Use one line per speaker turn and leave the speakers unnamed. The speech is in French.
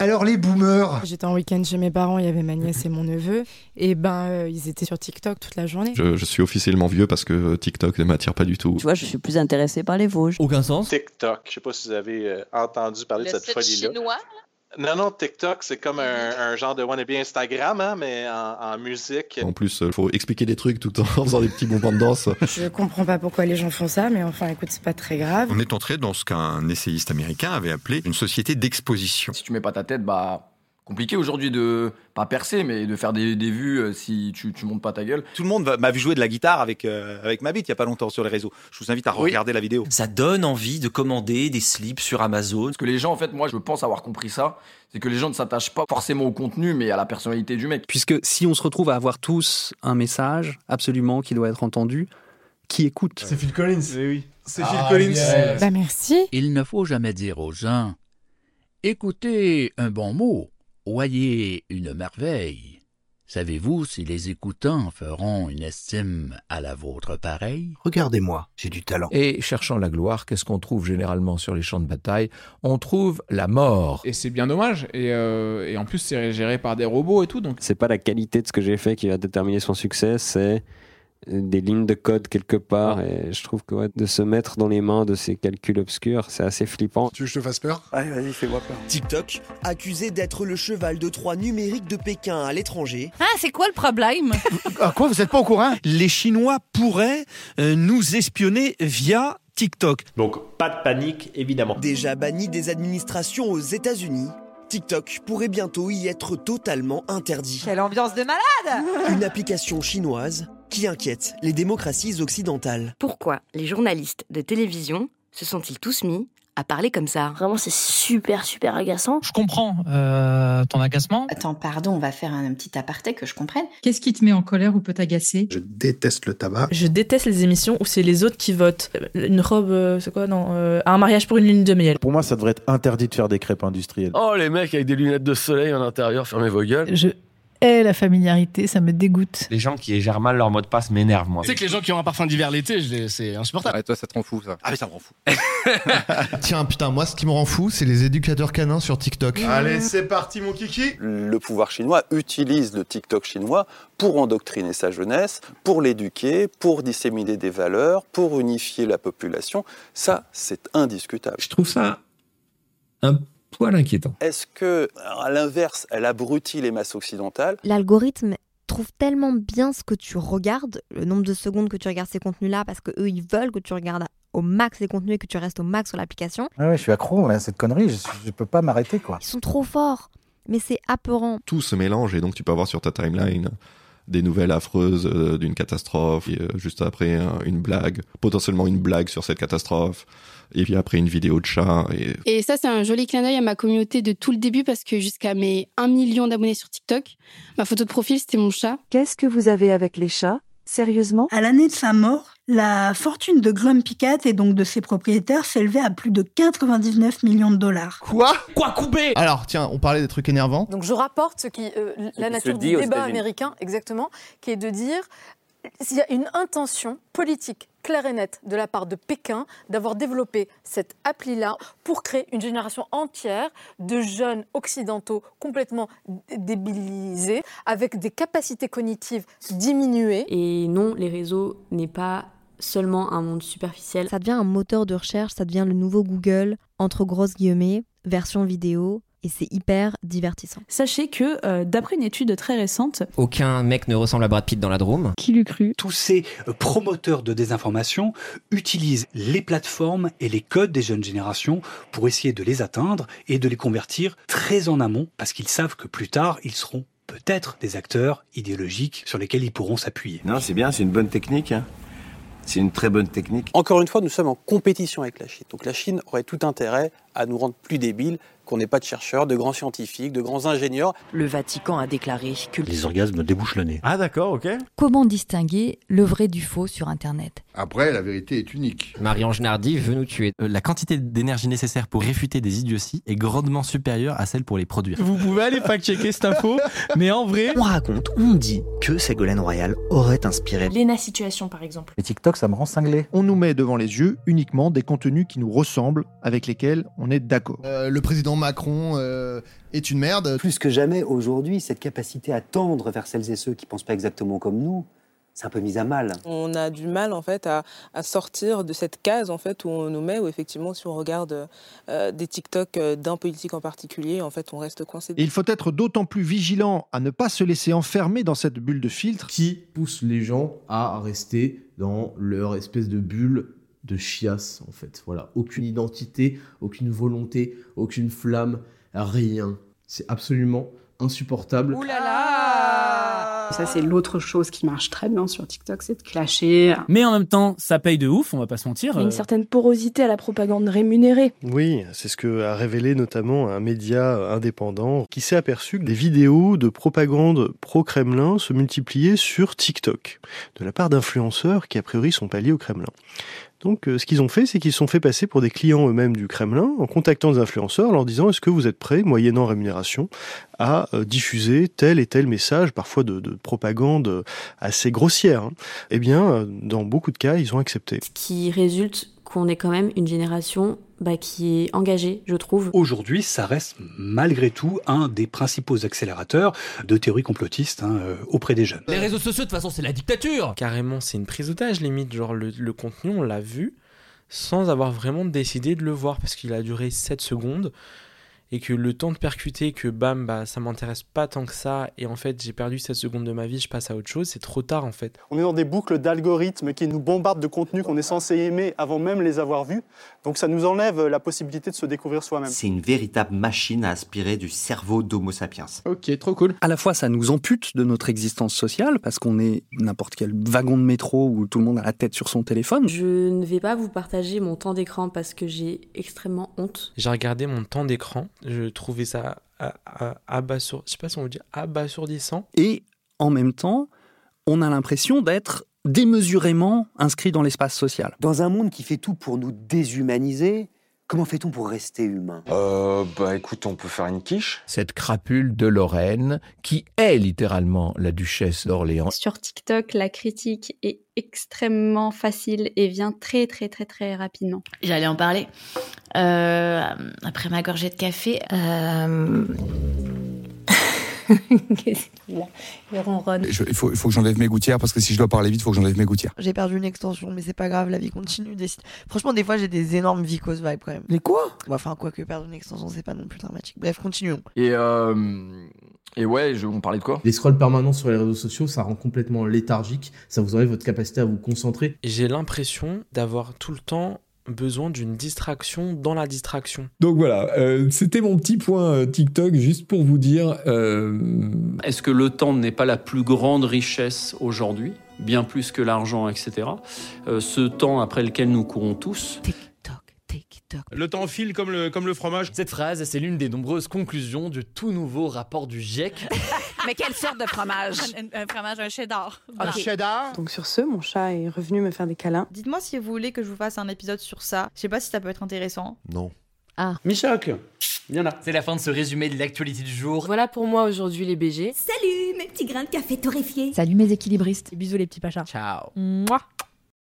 Alors les boomers
J'étais en week-end chez mes parents, il y avait ma nièce et mon neveu. Et ben, euh, ils étaient sur TikTok toute la journée.
Je, je suis officiellement vieux parce que euh, TikTok ne m'attire pas du tout.
Tu vois, je suis plus intéressée par les Vosges.
Aucun sens.
TikTok, je sais pas si vous avez euh, entendu parler
Le
de cette
site
folie-là.
chinois,
Non, non, TikTok, c'est comme un, un genre de wannabe Instagram, hein, mais en, en musique.
En plus, il faut expliquer des trucs tout en faisant des petits mouvements de danse.
Je comprends pas pourquoi les gens font ça, mais enfin, écoute, c'est pas très grave.
On est entré dans ce qu'un essayiste américain avait appelé une société d'exposition.
Si tu mets pas ta tête, bah. Compliqué aujourd'hui de. Pas percer, mais de faire des, des vues euh, si tu, tu montes pas ta gueule.
Tout le monde va- m'a vu jouer de la guitare avec, euh, avec ma bite il y a pas longtemps sur les réseaux. Je vous invite à regarder la vidéo.
Ça donne envie de commander des slips sur Amazon.
Ce que les gens, en fait, moi, je pense avoir compris ça, c'est que les gens ne s'attachent pas forcément au contenu, mais à la personnalité du mec.
Puisque si on se retrouve à avoir tous un message absolument qui doit être entendu, qui écoute
C'est Phil Collins.
oui.
C'est
Ah,
Phil Collins.
yes.
Bah merci.
Il ne faut jamais dire aux gens Écoutez un bon mot, voyez une merveille. Savez-vous si les écoutants feront une estime à la vôtre pareille
Regardez-moi, j'ai du talent.
Et cherchant la gloire, qu'est-ce qu'on trouve généralement sur les champs de bataille On trouve la mort.
Et c'est bien dommage. Et, euh, et en plus, c'est géré par des robots et tout. Donc,
C'est pas la qualité de ce que j'ai fait qui va déterminer son succès, c'est euh, des lignes de code quelque
Ah.
part. Et je trouve que ouais, de se mettre dans les mains de ces calculs obscurs, c'est assez flippant.
Tu veux que je te fasse peur
Allez, vas-y, fais-moi peur.
TikTok, accusé d'être le cheval de Troie numérique de Pékin à l'étranger.
Ah, c'est quoi le problème?
Ah quoi, vous êtes pas au courant
Les Chinois pourraient euh, nous espionner via TikTok.
Donc pas de panique, évidemment.
Déjà banni des administrations aux États-Unis, TikTok pourrait bientôt y être totalement interdit.
Quelle ambiance de malade
Une application chinoise qui inquiète les démocraties occidentales.
Pourquoi les journalistes de télévision se sont-ils tous mis à parler comme ça Vraiment, c'est super, super agaçant.
Je comprends euh, ton agacement.
Attends, pardon, on va faire un petit aparté que je comprenne.
Qu'est-ce qui te met en colère ou peut t'agacer
Je déteste le tabac.
Je déteste les émissions où c'est les autres qui votent. Une robe, euh, c'est quoi Non, euh, un mariage pour une lune de miel.
Pour moi, ça devrait être interdit de faire des crêpes industrielles.
Oh les mecs avec des lunettes de soleil à l'intérieur, fermez vos gueules.
Je hais la familiarité, ça me dégoûte.
Les gens qui gèrent mal leur mot de passe m'énervent, moi.
Tu sais que les gens qui ont un parfum d'hiver l'été, je les- c'est insupportable.
toi, ça te rend fou, ça. Ah, mais ça me rend fou.
Tiens, putain, moi, ce qui me rend fou, c'est les éducateurs canins sur TikTok.
Allez, c'est parti, mon kiki
le pouvoir chinois utilise le TikTok chinois pour endoctriner sa jeunesse, pour l'éduquer, pour disséminer des valeurs, pour unifier la population. Ça, c'est indiscutable.
Je trouve ça un poil inquiétant.
Est-ce que, à l'inverse, elle abrutit les masses occidentales
L'algorithme trouve tellement bien ce que tu regardes, le nombre de secondes que tu regardes ces contenus-là, parce que eux ils veulent que tu regardes au max les contenus et que tu restes au max sur l'application.
Ah ouais, je suis accro à cette connerie, je, je peux pas m'arrêter quoi.
Ils sont trop forts, mais c'est apeurant.
Tout se mélange et donc tu peux avoir sur ta timeline des nouvelles affreuses euh, d'une catastrophe, et, euh, juste après un- une blague, potentiellement une blague sur cette catastrophe, et puis après une vidéo de chat. Et
Et ça, c'est un joli clin d'œil à ma communauté de tout le début parce que jusqu'à mes 1 million d'abonnés sur TikTok, ma photo de profil, c'était mon chat.
Qu'est-ce que vous avez avec les chats Sérieusement
À l'année de sa mort, la fortune de Grumpy Cat et donc de ses propriétaires s'élevait à plus de 99 millions de dollars.
Quoi
Quoi couper
Alors, tiens, on parlait des trucs énervants.
Donc je rapporte ce qui, euh, la
qui
nature
se
du
dit aux
débat
États-Unis.
américain, exactement, qui est de dire s'il y a une intention politique claire et nette de la part de Pékin d'avoir développé cette appli-là pour créer une génération entière de jeunes occidentaux complètement dé- débilisés, avec des capacités cognitives diminuées.
Et non, les réseaux n'est pas seulement un monde superficiel.
Ça devient un moteur de recherche, ça devient le nouveau Google, entre grosses guillemets, version vidéo, et c'est hyper divertissant.
Sachez que, euh, d'après une étude très récente,
Aucun mec ne ressemble à Brad Pitt dans la Drôme.
qui l'eût cru
Tous ces euh, promoteurs de désinformation utilisent les plateformes et les codes des jeunes générations pour essayer de les atteindre et de les convertir très en amont parce qu'ils savent que plus tard, ils seront peut-être des acteurs idéologiques sur lesquels ils pourront s'appuyer.
Non, c'est bien, c'est une bonne technique. hein. C'est une très bonne technique.
Encore une fois, nous sommes en compétition avec la Chine. Donc la Chine aurait tout intérêt à nous rendre plus débiles, qu'on n'ait pas de chercheurs, de grands scientifiques, de grands ingénieurs.
le Vatican a déclaré que
Les orgasmes débouchent le nez.
Ah d'accord, ok.
Comment distinguer le vrai du faux sur Internet
Après, la vérité est unique.
Marie-Ange Nardi veut nous tuer.
Euh, La quantité d'énergie nécessaire pour réfuter des idioties est grandement supérieure à celle pour les produire.
Vous pouvez aller fact-checker cette info, mais en vrai...
On raconte, on dit que Ségolène Royal aurait inspiré.
Lena Situation, par exemple.
Et TikTok, ça me rend cinglé.
On nous met devant les yeux uniquement des contenus qui nous ressemblent, avec lesquels on est d'accord.
le président
Euh, Macron euh, est une merde.
Plus que jamais, aujourd'hui, cette capacité à tendre vers celles et ceux qui ne pensent pas exactement comme nous, c'est un peu mis à mal.
On a du mal en fait à, à sortir de cette case en fait où on nous met où effectivement si on regarde euh, des TikTok euh, d'un politique en particulier en fait on reste coincé.
Et il faut être d'autant plus vigilant à ne pas se laisser enfermer dans cette bulle de filtre.
Qui pousse les gens à rester dans leur espèce de bulle de chiasse en fait. Voilà, aucune identité, aucune volonté, aucune flamme, rien. C'est absolument insupportable.
Ouh là là Ça c'est l'autre chose qui marche très bien sur TikTok, c'est de clasher.
Mais en même temps, ça paye de ouf, on va pas se mentir. euh.
Il y a une certaine porosité à la propagande rémunérée.
Oui, c'est ce que a révélé notamment un média indépendant qui s'est aperçu que des vidéos de propagande pro-Kremlin se multipliaient sur TikTok, de la part d'influenceurs qui a priori sont pas liés au Kremlin. Donc euh, ce qu'ils ont fait, c'est qu'ils se sont fait passer pour des clients eux-mêmes du Kremlin en contactant des influenceurs, leur disant est-ce que vous êtes prêts, moyennant rémunération, à euh, diffuser tel et tel message, parfois de, de propagande euh, assez grossière. Hein. Eh bien, euh, dans beaucoup de cas, ils ont accepté.
Ce qui résulte qu'on est quand même une génération bah, qui est engagée, je trouve.
Aujourd'hui, ça reste malgré tout un des principaux accélérateurs de théories complotistes hein, euh, auprès des jeunes.
Les réseaux sociaux, de toute façon, c'est la dictature
Carrément, c'est une prise d'otage limite. Genre, le, le contenu, on l'a vu sans avoir vraiment décidé de le voir parce qu'il a duré 7 secondes et que le temps de percuter que bam bah ça m'intéresse pas tant que ça et en fait j'ai perdu 7 secondes de ma vie je passe à autre chose c'est trop tard en fait
on est dans des boucles d'algorithmes qui nous bombardent de contenus qu'on est censé aimer avant même les avoir vus donc ça nous enlève la possibilité de se découvrir soi-même
c'est une véritable machine à aspirer du cerveau d'Homo sapiens
ok trop cool
à la fois ça nous ampute de notre existence sociale parce qu'on est n'importe quel wagon de métro où tout le monde a la tête sur son téléphone
je ne vais pas vous partager mon temps d'écran parce que j'ai extrêmement honte
j'ai regardé mon temps d'écran je trouvais ça abasourdissant. Je sais pas si on veut dire abasourdissant.
Et en même temps, on a l'impression d'être démesurément inscrit dans l'espace social.
Dans un monde qui fait tout pour nous déshumaniser, comment fait-on pour rester humain
Euh, bah écoute, on peut faire une quiche.
Cette crapule de Lorraine, qui est littéralement la duchesse d'Orléans.
Sur TikTok, la critique est extrêmement facile et vient très très très très rapidement.
J'allais en parler. Euh, après ma gorgée de café. Euh...
Qu'est-ce qu'il a Il ronronne.
Je- il, faut, il faut que j'enlève mes gouttières parce que si je dois parler vite, il faut que j'enlève mes gouttières.
J'ai perdu une extension, mais c'est pas grave, la vie continue. Décide. Franchement, des fois, j'ai des énormes vicos vibes quand même.
Mais quoi
Ouais, Enfin, quoi que perdre une extension, c'est pas non plus dramatique. Bref, continuons.
Et, euh, et ouais, je, on parlait de quoi
Les scrolls permanents sur les réseaux sociaux, ça rend complètement léthargique, ça vous enlève votre capacité à vous concentrer.
J'ai l'impression d'avoir tout le temps besoin d'une distraction dans la distraction.
Donc voilà, euh, c'était mon petit point euh, TikTok, juste pour vous dire. euh,
Est-ce que le temps n'est pas la plus grande richesse aujourd'hui, bien plus que l'argent, etc. Euh, ce temps après lequel nous courons tous.
Le temps file comme le, comme le fromage.
Cette phrase, c'est l'une des nombreuses conclusions du tout nouveau rapport du GIEC.
Mais quelle sorte de fromage
Un, un fromage, un cheddar.
Ah,
Un cheddar
Donc sur ce, mon chat est revenu me faire des câlins.
Dites-moi si vous voulez que je vous fasse un épisode sur ça. Je sais pas si ça peut être intéressant.
Non.
Ah.
Michoc, viens là.
C'est la fin de ce résumé de l'actualité du jour.
Voilà pour moi aujourd'hui les BG.
Salut mes petits grains de café torréfiés.
Salut mes équilibristes.
Bisous les petits pachas.
Ciao.
Mouah